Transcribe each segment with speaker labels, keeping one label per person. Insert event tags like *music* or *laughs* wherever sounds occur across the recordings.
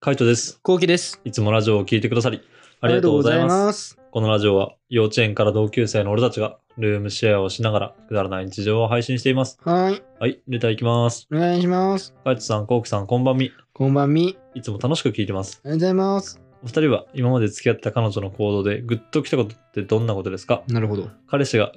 Speaker 1: カイトです。
Speaker 2: こうきです。
Speaker 1: いつもラジオを聞いてくださり、ありがとうございます。
Speaker 2: す。
Speaker 1: このラジオは、幼稚園から同級生の俺たちが、ルームシェアをしながら、くだらない日常を配信しています。
Speaker 2: はい、
Speaker 1: はい、レターいきます。
Speaker 2: お願いします。
Speaker 1: カイトさん、コウキさん、こんばんみ。
Speaker 2: こんばんみ。
Speaker 1: いつも楽しく聞いてます。
Speaker 2: ありがとうございます。
Speaker 1: お二人は、今まで付き合った彼女の行動で、グッときたことってどんなことですか
Speaker 2: なるほど。
Speaker 1: 彼氏が、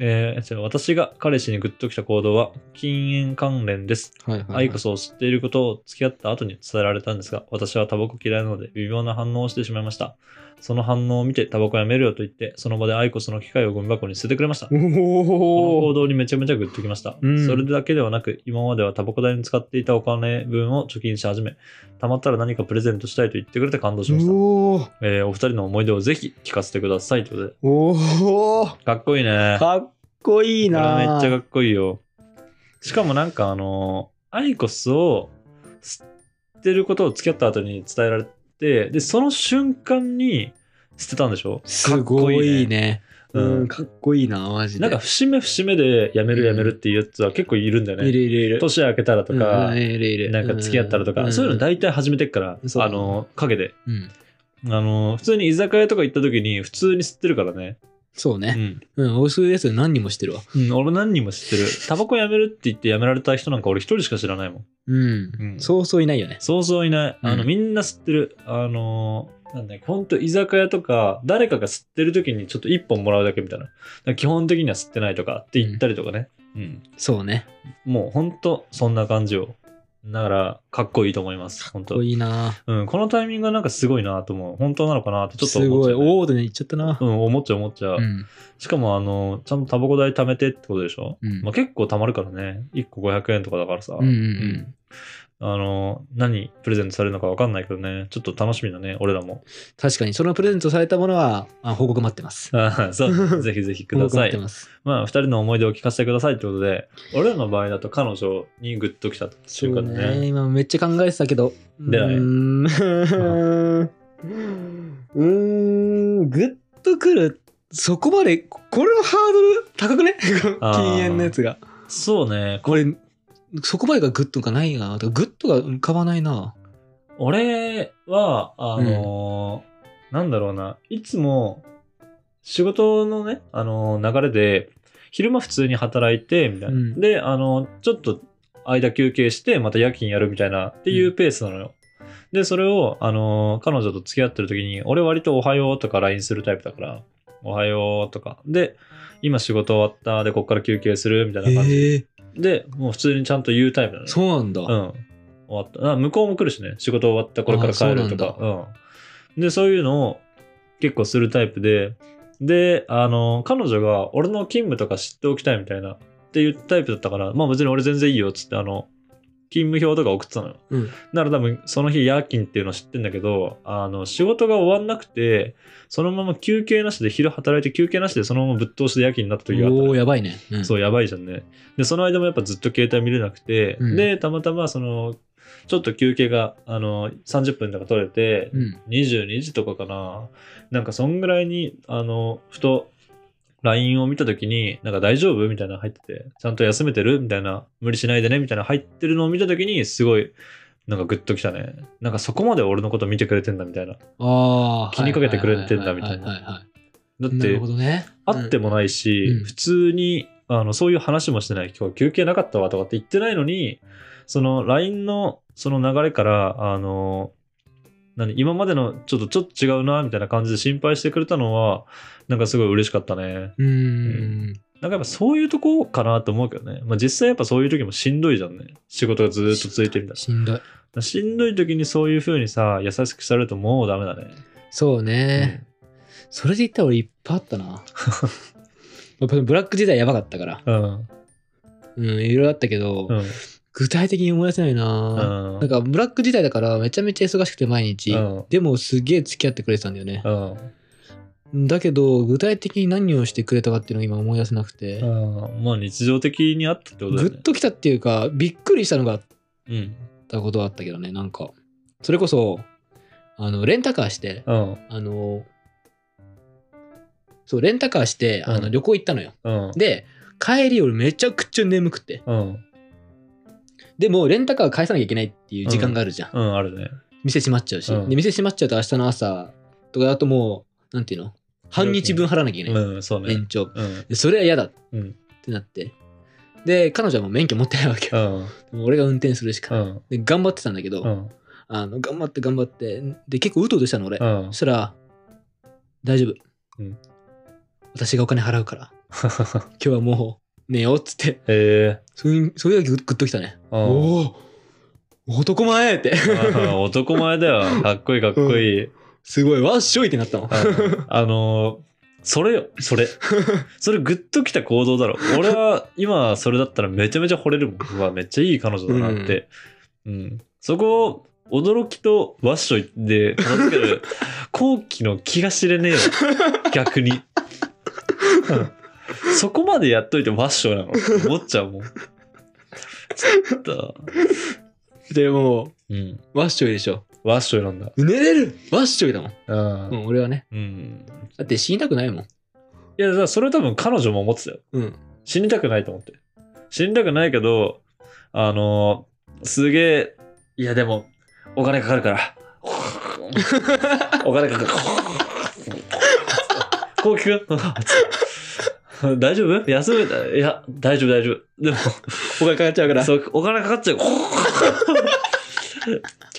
Speaker 1: えー、違う私が彼氏にグッときた行動は、禁煙関連です。
Speaker 2: はいはい、はい。
Speaker 1: 愛こそを知っていることを付き合った後に伝えられたんですが、私はタバコ嫌いなので微妙な反応をしてしまいました。その反応を見てタバコやめるよと言って、その場で愛こその機械をゴミ箱に捨ててくれました。この
Speaker 2: お
Speaker 1: 行
Speaker 2: お。
Speaker 1: 動にめちゃめちゃグッときました。
Speaker 2: うん
Speaker 1: それだけではなく、今まではタバコ代に使っていたお金分を貯金し始め、たまったら何かプレゼントしたいと言ってくれて感動しました。
Speaker 2: おお。
Speaker 1: えーお二人の思い出をぜひ聞かせてください。ということで、
Speaker 2: おお。
Speaker 1: かっこいいね。
Speaker 2: かっこいいな
Speaker 1: これめっちゃかっこいいよしかもなんかあのアイコスを吸ってることを付き合った後に伝えられてでその瞬間に捨てたんでしょ
Speaker 2: すごいね。
Speaker 1: かっこいいね
Speaker 2: う
Speaker 1: うん
Speaker 2: ん、かっこいいな、マジで。
Speaker 1: なんか節目節目でやめるやめるっていうやつは結構いるんだよね、
Speaker 2: いるいるいる。
Speaker 1: 年明けたらとか、
Speaker 2: うんうん、いるいる。
Speaker 1: なんか付き合ったらとか、
Speaker 2: ん
Speaker 1: そういうの大体始めてっから、
Speaker 2: そう
Speaker 1: あの陰で
Speaker 2: うん。
Speaker 1: あの普通に居酒屋とか行った時に普通に吸ってるからね、
Speaker 2: *laughs* そう
Speaker 1: う
Speaker 2: ね。
Speaker 1: ん
Speaker 2: うん、俺そういうやつ何人もしてるわ。
Speaker 1: うん、俺何人も知ってるタバコやめるって言ってやめられた人なんか俺一人しか知らないもん
Speaker 2: うん。
Speaker 1: うん
Speaker 2: そうそういないよね。
Speaker 1: そうそういない。あの、
Speaker 2: うん
Speaker 1: みんな吸ってる。あのー、なんだね、ほんと居酒屋とか、誰かが吸ってる時にちょっと一本もらうだけみたいな。だから基本的には吸ってないとかって言ったりとかね。うん。
Speaker 2: そうね。
Speaker 1: もうほんとそんな感じを。だから、かっこいいと思います。本
Speaker 2: かっ
Speaker 1: 当
Speaker 2: こいいな。
Speaker 1: うん。このタイミングがなんかすごいなと思う。本当なのかなってちょっと
Speaker 2: す
Speaker 1: 思っ
Speaker 2: ご
Speaker 1: ち
Speaker 2: い。
Speaker 1: ゃう、
Speaker 2: おおでね、言っちゃったな
Speaker 1: う。ん、思っちゃう思っちゃう。
Speaker 2: うん。
Speaker 1: しかも、あの、ちゃんとタバコ代貯めてってことでしょ、
Speaker 2: うん
Speaker 1: まあ、結構貯まるからね。1個500円とかだからさ。
Speaker 2: うんうんうん。
Speaker 1: あの、何プレゼントされるのか分かんないけどね、ちょっと楽しみだね、俺らも。
Speaker 2: 確かに、そのプレゼントされたものは、あ報告待ってます。
Speaker 1: ああ
Speaker 2: *laughs*
Speaker 1: そう、ぜひぜひくださ
Speaker 2: 報告待って
Speaker 1: い。
Speaker 2: ます。
Speaker 1: まあ、二人の思い出を聞かせてくださいってことで、俺らの場合だと彼女にグッときたって
Speaker 2: そ
Speaker 1: いう
Speaker 2: う
Speaker 1: か
Speaker 2: ね。
Speaker 1: ね。
Speaker 2: 今めっちゃ考えてたけど。
Speaker 1: 出ないう
Speaker 2: ーん。 *laughs* うーん。グッとくる。そこまで、これのハードル高くね
Speaker 1: あー
Speaker 2: 禁煙のやつが。
Speaker 1: そうね、
Speaker 2: これ、そこまでがグッとかないな。だからグッとが浮かばないな。
Speaker 1: 俺は、あのーなんだろうな、いつも仕事のね、あのー流れで、昼間普通に働いて、みたいな。
Speaker 2: うん
Speaker 1: で、あのーちょっと間休憩して、また夜勤やるみたいなっていうペースなのよ。で、それを、あのー彼女と付き合ってる時に、俺割とおはようとか LINE するタイプだから、おはようとか。で、今仕事終わった、で、こっから休憩する、みたいな感じ。
Speaker 2: へえ
Speaker 1: で、もう普通にちゃんと言うタイプなのよ。
Speaker 2: そうなんだ。
Speaker 1: うん。終わった。あ向こうも来るしね。仕事終わった、これから帰ると
Speaker 2: あ
Speaker 1: か。
Speaker 2: そう
Speaker 1: うん。で、そういうのを結構するタイプで、で、あの、彼女が俺の勤務とか知っておきたいみたいなっていうタイプだったから、まあ別に俺全然いいよっつって、あの、勤務表とか送ってたのよ。
Speaker 2: うん
Speaker 1: なら多分その日夜勤っていうの知ってんだけど、あの、仕事が終わんなくて、そのまま休憩なしで昼働いて休憩なしでそのままぶっ通しで夜勤になった時があったの
Speaker 2: お
Speaker 1: よ
Speaker 2: おやばいね。うん
Speaker 1: そう、やばいじゃんね。で、その間もやっぱずっと携帯見れなくて、
Speaker 2: うん
Speaker 1: で、たまたま、その、ちょっと休憩が、あの、30分とか取れて、
Speaker 2: うん。
Speaker 1: 22時とかかな。なんか、そんぐらいに、あの、ふと、LINE を見たときに、なんか大丈夫みたいなの入ってて、ちゃんと休めてるみたいな、無理しないでねみたいなの入ってるのを見たときに、すごい、なんかグッときたね。なんかそこまで俺のこと見てくれてんだみたいな。
Speaker 2: ああ。
Speaker 1: 気にかけてくれてんだみたいな
Speaker 2: はははは
Speaker 1: だっ
Speaker 2: なる
Speaker 1: て
Speaker 2: ほ、どね。
Speaker 1: 会ってもないし、
Speaker 2: うん
Speaker 1: 普通にあのそういう話もしてない今日休憩なかったわとかって言ってないのにその LINE のその流れからあの何今までのちょっとちょっと違うなみたいな感じで心配してくれたのはなんかすごい嬉しかったね
Speaker 2: うん。うん
Speaker 1: なんかやっぱそういうとこかなと思うけどね、まあ、実際やっぱそういう時もしんどいじゃんね仕事がずーっと続いてるんだし
Speaker 2: しんどい。
Speaker 1: しんどい時にそういう風にさ優しくされるともうダメだね
Speaker 2: そうね、それで言ったら俺いっぱ
Speaker 1: *laughs*
Speaker 2: いあったなやっぱブラック時代やばかったから
Speaker 1: うん
Speaker 2: うんいろいろあったけど、
Speaker 1: うん
Speaker 2: 具体的に思い出せないな、
Speaker 1: うん
Speaker 2: なんかブラック時代だからめちゃめちゃ忙しくて毎日、
Speaker 1: うん
Speaker 2: でもすげえ付き合ってくれてたんだよね
Speaker 1: う、ん
Speaker 2: だけど具体的に何をしてくれたかっていうのが今思い出せなくて、
Speaker 1: うんまあ日常的にあったってことだ
Speaker 2: グ
Speaker 1: よ
Speaker 2: ッ
Speaker 1: ね。
Speaker 2: ときたっていうかびっくりしたのがあっ
Speaker 1: うん。
Speaker 2: たことはあったけどねなんかそれこそあのレンタカーして
Speaker 1: うん。
Speaker 2: あのそうレンタカーしてあ
Speaker 1: う
Speaker 2: の
Speaker 1: ん
Speaker 2: 旅行行ったのよ、
Speaker 1: うん。
Speaker 2: で帰り俺めちゃくちゃ眠くて
Speaker 1: うん。
Speaker 2: でもレンタカー返さなきゃいけないっていう時間があるじゃん、
Speaker 1: うん、あるね。
Speaker 2: 店閉まっちゃうし、
Speaker 1: うん
Speaker 2: で店閉まっちゃうと明日の朝とかだともうなんていうの半日分払わなきゃいけない、
Speaker 1: うん、そうね
Speaker 2: 延。長
Speaker 1: うん。
Speaker 2: でそれは嫌だっ
Speaker 1: うん。
Speaker 2: てなってで彼女はもう免許持ってないわけ
Speaker 1: う
Speaker 2: よ、
Speaker 1: ん。
Speaker 2: でも俺が運転するし
Speaker 1: う
Speaker 2: か、
Speaker 1: ん。
Speaker 2: で頑張ってたんだけど、
Speaker 1: うん。
Speaker 2: あの頑張って頑張ってで結構うとうとしたの俺、
Speaker 1: うん
Speaker 2: そしたら「大丈夫、
Speaker 1: うん
Speaker 2: 私がお金払うから今日はもう寝よう」っつって
Speaker 1: へえ。
Speaker 2: そういうそういう時グッグッときたね
Speaker 1: うん
Speaker 2: おお男前って
Speaker 1: あ男前だよ。かっこいいかっこいい。
Speaker 2: すごいわっしょいってなったの
Speaker 1: うんあのーそれよ、それ。それグッときた行動だろ。俺は今それだったらめちゃめちゃ惚れるもん。うわ、めっちゃいい彼女だなって。うん。そこを驚きとわっしょいで片付ける後期の気が知れねえよ。逆に。うんそこまでやっといてわっしょいなのって思っちゃうもん。ちょっと。
Speaker 2: でも
Speaker 1: うん。
Speaker 2: うわっしょいでしょ
Speaker 1: わっしょいなんだ。
Speaker 2: 寝れるわっしょいだもん、
Speaker 1: う。
Speaker 2: うんん、俺はね
Speaker 1: うん。
Speaker 2: だって死にたくないもん
Speaker 1: いや、だからそれ多分彼女も思ってたよ。
Speaker 2: うん
Speaker 1: 死にたくないと思って。死にたくないけど、あのすげえ、いやでも、お金かかるから。お金かかる。こう聞く *laughs* 大丈夫休めいや、大丈夫、大丈夫。でも、
Speaker 2: お金かかっちゃうから
Speaker 1: そうお金かかっちゃう。 *laughs*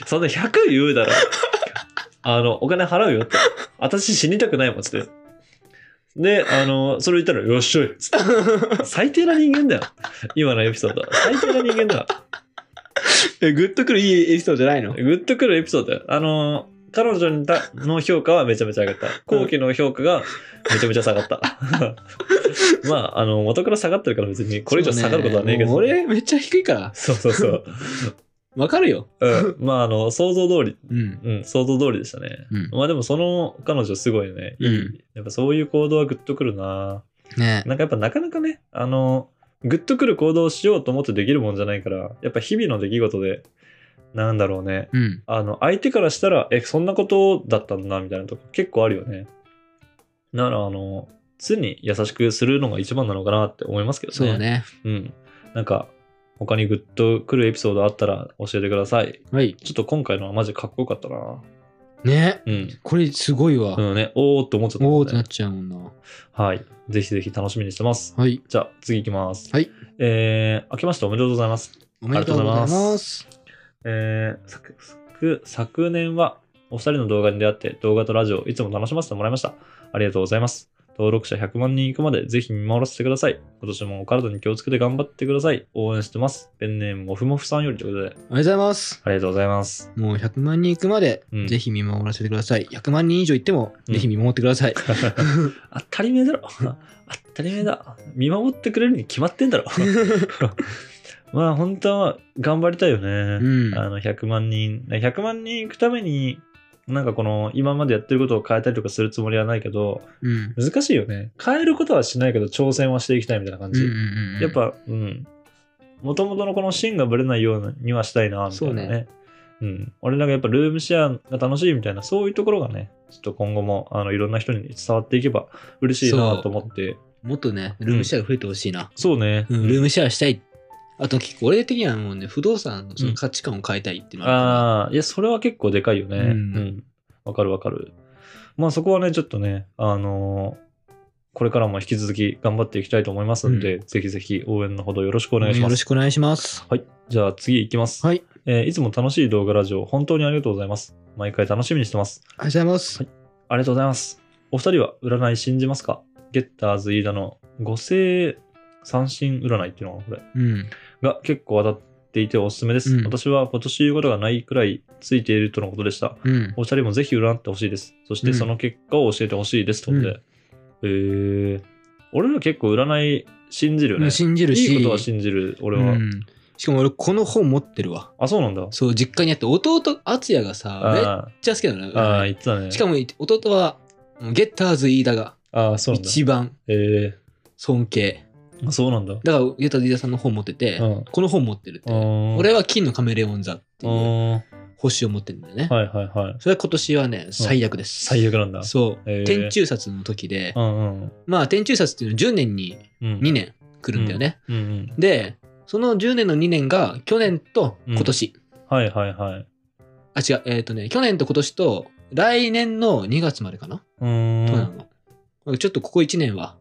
Speaker 1: そんな100言うだろ。あの、お金払うよって。私死にたくないもん、つって。で、あの、それ言ったら、よっしょい、つって。最低な人間だよ。今のエピソード。最低な人間だ。
Speaker 2: えグッとくるいいエピソードじゃないの
Speaker 1: グッとくるエピソードだよ。あの、彼女にたの評価はめちゃめちゃ上がった。後期の評価がめちゃめちゃ下がった。 *laughs* まあ、あの、元から下がってるから別にこれ以上下がることはねえけど。
Speaker 2: そうねもう俺めっちゃ低いから
Speaker 1: そうそうそう。
Speaker 2: わかるよ
Speaker 1: うん。まあ、あの、想像通り
Speaker 2: うん
Speaker 1: うん、想像通りでしたね。
Speaker 2: うん
Speaker 1: まあでもその彼女すごいね。いい
Speaker 2: うん
Speaker 1: やっぱそういう行動はグッとくるな。
Speaker 2: ね
Speaker 1: なんかやっぱなかなかね、あの、グッとくる行動をしようと思ってできるもんじゃないから、やっぱ日々の出来事で、なんだろうね。
Speaker 2: うん
Speaker 1: あの、相手からしたら、え、そんなことだったんだな、みたいなとこ結構あるよね。なら、あの、常に優しくするのが一番なのかなって思いますけどね。
Speaker 2: そうだね
Speaker 1: うん。なんか、他にグッとくるエピソードあったら教えてください。
Speaker 2: はい
Speaker 1: ちょっと今回のはマジかっこよかったな。
Speaker 2: ね
Speaker 1: うん。
Speaker 2: これすごいわ、
Speaker 1: うんね、おーって思っちゃった
Speaker 2: お
Speaker 1: もん
Speaker 2: おってな
Speaker 1: ね
Speaker 2: っ。ちゃうもんな
Speaker 1: はい。ぜひぜひ楽しみにしてます。
Speaker 2: はい
Speaker 1: じゃあ、次行きます。
Speaker 2: はい。
Speaker 1: えー、明けましておめでとうございます。
Speaker 2: おめでとうございます
Speaker 1: えー、昨昨昨年はお二人の動画に出会って動画とラジオいつも楽しませてもらいました。ありがとうございます。登録者100万人いくまでぜひ見守らせてください。今年もお体に気をつけて頑張ってください。応援してます。ペンネームもふもふさんよりということで、
Speaker 2: ありがとうございます
Speaker 1: ありがとうございます。
Speaker 2: もう100万人いくまで、
Speaker 1: うん
Speaker 2: ぜひ見守らせてください。100万人以上いっても、
Speaker 1: うん
Speaker 2: ぜひ見守ってください。
Speaker 1: 当たり前だろ。当たり前だ。見守ってくれるに決まってんだ
Speaker 2: *laughs*
Speaker 1: ろ。まあ本当は頑張りたいよね。
Speaker 2: うん。
Speaker 1: あの100万人。100万人行くために、なんかこの今までやってることを変えたりとかするつもりはないけど、
Speaker 2: うん。
Speaker 1: 難しいよね。変えることはしないけど挑戦はしていきたいみたいな感じ。やっ、ぱ、うん。もともとのこの芯がぶれないようにはしたいな、みたいなね。
Speaker 2: そうね
Speaker 1: うん。俺なんかやっぱルームシェアが楽しいみたいな、そういうところがね、ちょっと今後もあのいろんな人に伝わっていけば嬉しいなと思って。
Speaker 2: もっとね、ルームシェア増えてほしいな。
Speaker 1: そうね。
Speaker 2: うん、ルームシェアしたい。あと、結構俺的にはもうね、不動産のその価値観を変えたいっていうのはあ
Speaker 1: ああ、いや、それは結構でかいよね。う。
Speaker 2: うんん
Speaker 1: わ、かるわかる。まあそこはね、ちょっとね、あのーこれからも引き続き頑張っていきたいと思いますので、ぜひぜひ応援のほどよろしくお
Speaker 2: るから
Speaker 1: 願いしま
Speaker 2: よろ
Speaker 1: す
Speaker 2: し。くお願いします。
Speaker 1: はい。じゃあ次行きます。
Speaker 2: はい。
Speaker 1: えーいつも楽しい動画ラジオ、本当にありがとうございます。毎回楽しみにしてます。
Speaker 2: ありがとうございます。
Speaker 1: はいありがとうございます。お二人は占い信じますかゲッターズ飯田の五星三神占いっていうのがこれ。
Speaker 2: うん。
Speaker 1: が結構当たっていておすすめです。
Speaker 2: うん
Speaker 1: 私は今年言うことがないくらいついているとのことでした。
Speaker 2: うん。
Speaker 1: お二人もぜひ占ってほしいです。そして
Speaker 2: うん
Speaker 1: その結果を教えてほしいです。ということで。えー、俺ら結構占い信じるよね。
Speaker 2: 信じるし、
Speaker 1: いいことは信じる、俺は。
Speaker 2: うんしかも俺、この本持ってるわ。
Speaker 1: あ、そうなんだ。
Speaker 2: そう、実家にあって、弟、敦也がさ、めっ
Speaker 1: あ
Speaker 2: ちゃ好きなのよ
Speaker 1: ーあー、言ってたね。
Speaker 2: しかも、弟は、ゲッターズ飯田が
Speaker 1: ああ、そうなんだ。
Speaker 2: 一番
Speaker 1: え
Speaker 2: 尊敬。
Speaker 1: ー、あそうなんだ。
Speaker 2: だから、ゲッターズ飯田さんの本持ってて、
Speaker 1: うん
Speaker 2: この本持ってるって。
Speaker 1: 俺
Speaker 2: 俺は金のカメレオン座っていう
Speaker 1: は
Speaker 2: 星を持ってるんだよね。
Speaker 1: いはいはい。
Speaker 2: それは今年はね、最悪です。
Speaker 1: 最悪なんだ。
Speaker 2: そう、
Speaker 1: へー
Speaker 2: 天中殺の時で、
Speaker 1: うんうん。
Speaker 2: まあ天中殺っていうのは10年に
Speaker 1: うん、
Speaker 2: 2年来るんだよね。
Speaker 1: うんうん。
Speaker 2: で、その10年の2年が去年と今年。
Speaker 1: はいはいはい。
Speaker 2: あ、あ、違う、えっ、とね、去年と今年と来年の2月までかな。
Speaker 1: うー
Speaker 2: 富
Speaker 1: ん。
Speaker 2: 山のちょっとここ1年は、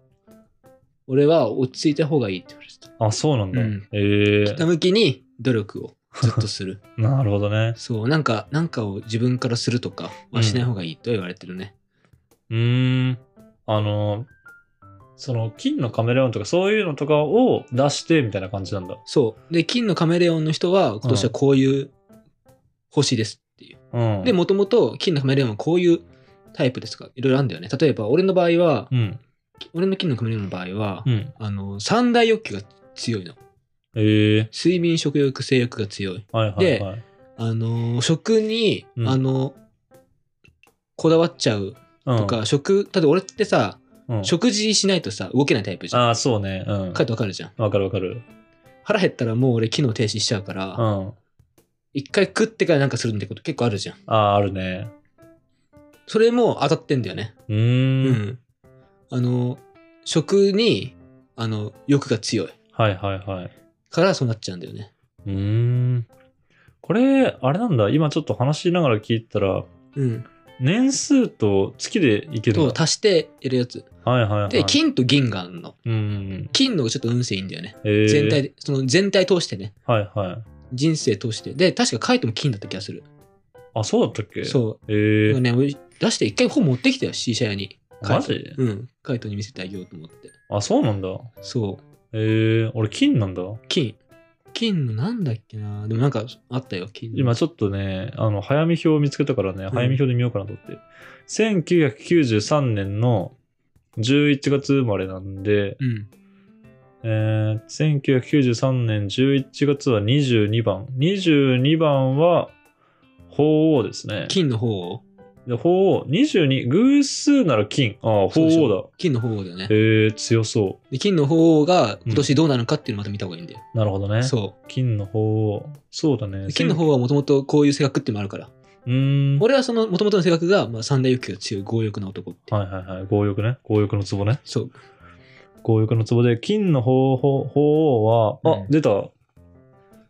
Speaker 2: 俺は落ち着いた方がいいって言われてた。
Speaker 1: あ、そうなんだ。
Speaker 2: うん
Speaker 1: ええ
Speaker 2: ひたむきに努力をずっとする。 *laughs*
Speaker 1: なるほどね。
Speaker 2: そう、なんか、なんかを自分からするとかはしない方がいいと言われてるね。
Speaker 1: うーん。あの、その、金のカメレオンとかそういうのとかを出してみたいな感じなんだ。
Speaker 2: そう。で、金のカメレオンの人は、今年はこういう星ですっていう。
Speaker 1: うん。
Speaker 2: で、もともと金のカメレオンはこういうタイプですとか、いろいろあるんだよね。例えば、俺の場合は、
Speaker 1: うん。
Speaker 2: 俺の金のカメレオンの場合は、
Speaker 1: うん。
Speaker 2: あの、三大欲求が強いの。
Speaker 1: ええ
Speaker 2: 睡眠、食欲、性欲が強い。
Speaker 1: はいはいはい。
Speaker 2: あの、食に、
Speaker 1: うん
Speaker 2: あの、こだわっちゃう
Speaker 1: うん
Speaker 2: とか、、食、だって俺ってさ、
Speaker 1: うん、
Speaker 2: 食事しないとさ、動けないタイプじゃん。
Speaker 1: ああ、そうね。うん。
Speaker 2: かってわかるじゃん。
Speaker 1: わかるわかる。
Speaker 2: 腹減ったらもう俺機能停止しちゃうか
Speaker 1: う
Speaker 2: ら、
Speaker 1: ん。
Speaker 2: 一回食ってからなんかするってこと結構あるじゃん。
Speaker 1: ああ、あるね。
Speaker 2: それも当たってんだよね。
Speaker 1: うーん。
Speaker 2: うんあの、食に、あの、欲が強い
Speaker 1: はいはいはい。
Speaker 2: からそうなっちゃうんだよね。
Speaker 1: うーん。これ、あれなんだ。今ちょっと話しながら聞いたら、
Speaker 2: うん。
Speaker 1: 年数と月でいける
Speaker 2: と
Speaker 1: んだ。
Speaker 2: 足してやるやつ。
Speaker 1: はいはいはい。
Speaker 2: で、金と銀があるの。
Speaker 1: うん。
Speaker 2: 金の方がちょっと運勢いいんだよね。
Speaker 1: えー
Speaker 2: 全体で、その全体通してね。
Speaker 1: はいはい。
Speaker 2: 人生通して。で、確か書いても金だった気がする。
Speaker 1: あ、そうだったっけう。
Speaker 2: そ
Speaker 1: え
Speaker 2: う。
Speaker 1: ー
Speaker 2: なんかね、俺出して一回本持ってきたよ、C 社屋に。
Speaker 1: マジ
Speaker 2: うん。カイトに見せてあげようと思って。
Speaker 1: あ、そうなんだ。
Speaker 2: そう。
Speaker 1: えー、俺金なんだ。
Speaker 2: 金。金のなんだっけなでもなんかあったよ、金の。
Speaker 1: 今ちょっとね、あの、早見表を見つけたからね、早見表で見ようかなと思って。1993年の11月生まれなんで、
Speaker 2: うん。
Speaker 1: えー、1993年11月は22番。22番は、鳳凰ですね。
Speaker 2: 金の方を
Speaker 1: で鳳凰、22、偶数なら金。ああ、
Speaker 2: そうでし
Speaker 1: 鳳凰
Speaker 2: ょ金の方だよね
Speaker 1: だ。。えー、強そ
Speaker 2: で金の方が今年どうなるかっていうのをまた見た方がいいんだよ。
Speaker 1: う。なるほどね。
Speaker 2: そ
Speaker 1: 金の鳳凰。そうだね
Speaker 2: う。。金の方はもともとこういう性格っていうのもあるから。
Speaker 1: うーん。
Speaker 2: 俺はそのもともとの性格が、まあ、三大欲求が強い強欲な男って。
Speaker 1: はいはいはい。強欲ね。強欲の壺ね。
Speaker 2: そう。
Speaker 1: 強欲の壺で、金の鳳凰鳳凰は、あ、
Speaker 2: うん
Speaker 1: 出た。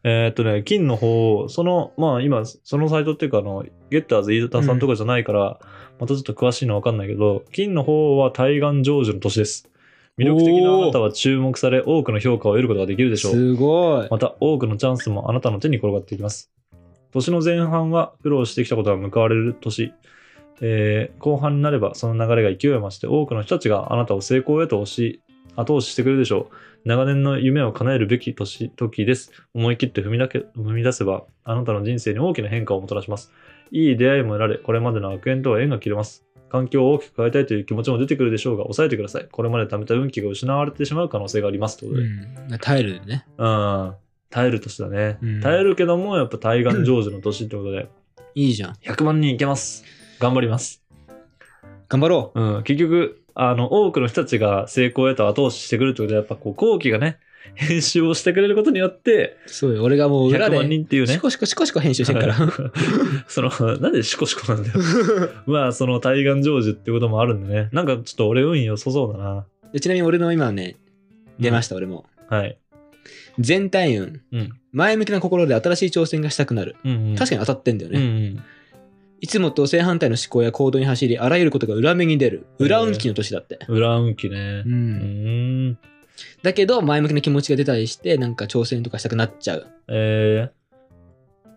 Speaker 1: えーっとね、金の鳳凰、その、まあ今、そのサイトっていうか、あの、ゲッターズ飯田さんとかじゃないから、またちょっと詳しいのわかんないけど、金の鳳凰は対岸成就の年です。魅力的なあなたは注目され、多くの評価を得ることができるでしょう。
Speaker 2: すごい。
Speaker 1: また多くのチャンスもあなたの手に転がっていきます。年の前半は苦労してきたことが報われる年、えー後半になればその流れが勢いを増して多くの人たちがあなたを成功へと押し後押ししてくれるでしょう。長年の夢を叶えるべき年時です。思い切って踏みだけ踏み出せばあなたの人生に大きな変化をもたらします。いい出会いも得られ、これまでの悪縁とは縁が切れます。環境を大きく変えたいという気持ちも出てくるでしょうが、抑えてください。これまで貯めた運気が失われてしまう可能性があります。ということ
Speaker 2: う
Speaker 1: で、
Speaker 2: ん。耐えるね。
Speaker 1: うん。耐える年だね。
Speaker 2: うん
Speaker 1: 耐えるけども、やっぱ対岸成就の年ってことで、
Speaker 2: いいじゃん。
Speaker 1: 100万人いけます。頑張ります。
Speaker 2: 頑張ろ
Speaker 1: うん。結局、あの、多くの人たちが成功へと後押ししてくるってことで、やっぱこう、後期がね、編集をしてくれることによって、
Speaker 2: う。そうよ。俺がもう裏
Speaker 1: 100
Speaker 2: で、
Speaker 1: 万人っていう
Speaker 2: シ
Speaker 1: ね。
Speaker 2: コシコシコシコ編集してるから。
Speaker 1: *laughs* その、なんでシコシコなんだ *laughs* よ。まあ、その対岸成就ってこともあるんでね。なんかちょっと俺運良さそうだな。
Speaker 2: *laughs* でちなみに俺の今ね、出ました、俺も。
Speaker 1: た。はい。
Speaker 2: 全体運。
Speaker 1: うん。
Speaker 2: 前向きな心で新しい挑戦がしたくなる。
Speaker 1: うん、うん。
Speaker 2: 確
Speaker 1: か
Speaker 2: かに当たってんだよね。
Speaker 1: うんうん。
Speaker 2: いつもと正反対の思考や行動に走り、あらゆることが裏目に出る。
Speaker 1: へー
Speaker 2: 裏運気の年だって。
Speaker 1: 裏運気ね
Speaker 2: う。、
Speaker 1: うんん。
Speaker 2: だけど前向きな気持ちが出たりしてなんか挑戦とかしたくなっちゃう
Speaker 1: え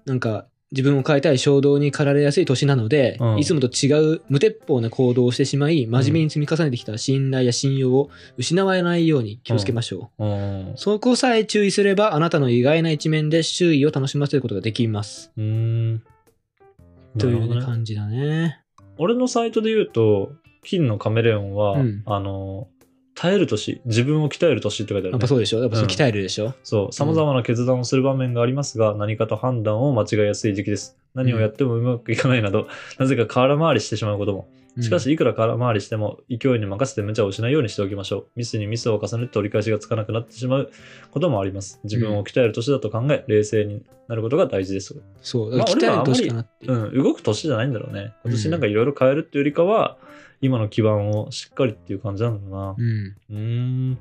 Speaker 2: なんか自分を変えたい衝動に駆られやすい年なので、
Speaker 1: うん
Speaker 2: いつもと違う無鉄砲な行動をしてしまい真面目に積み重ねてきた信頼や信用を失わないように気をつけましょう、
Speaker 1: ー、うん。
Speaker 2: そこさえ注意すればあなたの意外な一面で周囲を楽しませることができます、
Speaker 1: うーん。
Speaker 2: とい
Speaker 1: なるほ
Speaker 2: うね、
Speaker 1: どね
Speaker 2: 感じだね
Speaker 1: 俺のサイトで言うと、金のカメレオンは、
Speaker 2: うん
Speaker 1: あの、耐える年、自分を鍛える年って書いてあ
Speaker 2: や
Speaker 1: る、ね
Speaker 2: っぱ。そうでしょやっぱそう鍛えるでしょ、
Speaker 1: そう、様々な決断をする場面がありますが、何かと判断を間違えやすい時期です。何をやってもうまくいかないなど、なぜか空回りしてしまうことも。
Speaker 2: うん
Speaker 1: しかし、いくら空回りしても、勢いに任せて無茶をしないようにしておきましょう。ミスにミスを重ねて折り返しがつかなくなってしまうこともあります。自分を鍛える年だと考え、冷静になることが大事です。
Speaker 2: そう
Speaker 1: まあ
Speaker 2: だから鍛える年かなっていう、
Speaker 1: うん、動く年じゃないんだろうね。今
Speaker 2: う
Speaker 1: 年
Speaker 2: ん
Speaker 1: なんかいろいろ変えるっていうよりかは、今の基盤をしっかりっていう感じなんだな。
Speaker 2: うん
Speaker 1: うーん。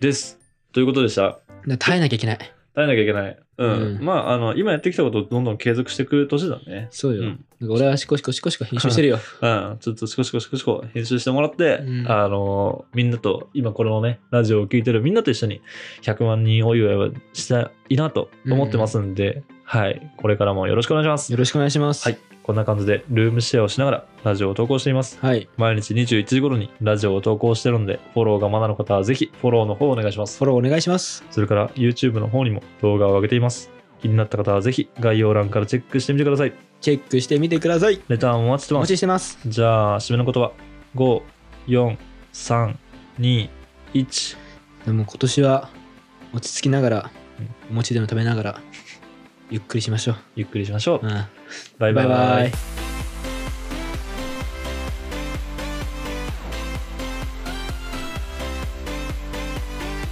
Speaker 1: です。ということでした。
Speaker 2: だから耐えなきゃいけない
Speaker 1: 耐えなきゃいけない。うん。
Speaker 2: うん
Speaker 1: まあ、あの、今やってきたことをどんどん継続していく年だね。
Speaker 2: そうよ。
Speaker 1: うん
Speaker 2: なんか俺はシコシコシコシコ編集してるよ。
Speaker 1: うん。ちょっとしこしこしこしこ編集してもらって、
Speaker 2: うん
Speaker 1: あの、みんなと、今このね、ラジオを聞いてるみんなと一緒に100万人お祝いをしたいなと思ってますんで、はい。これからもよろしくお願いします
Speaker 2: よ。ろしくお願いします。
Speaker 1: はい。こんな感じで、ルームシェアをしながらラジオを投稿しています。
Speaker 2: はい。
Speaker 1: 毎日21時頃にラジオを投稿してるんで、フォローがまだの方はぜひフォローの方をお願いします。
Speaker 2: フォローお願いします。
Speaker 1: それから YouTube の方にも動画を上げています。気になった方はぜひ概要欄からチェックしてみてください。
Speaker 2: チェックしてみてください。
Speaker 1: レターンお待ちして
Speaker 2: お
Speaker 1: ま
Speaker 2: 待
Speaker 1: す。
Speaker 2: ちしてます。
Speaker 1: じゃあ、締めの言葉。5、4、3、2、1。
Speaker 2: でも今年は落ち着きながら、お餅でも食べながら、ゆっくりしましょう。
Speaker 1: ゆっくりしましょう。
Speaker 2: うん、
Speaker 1: バイバイ。
Speaker 2: バイバイ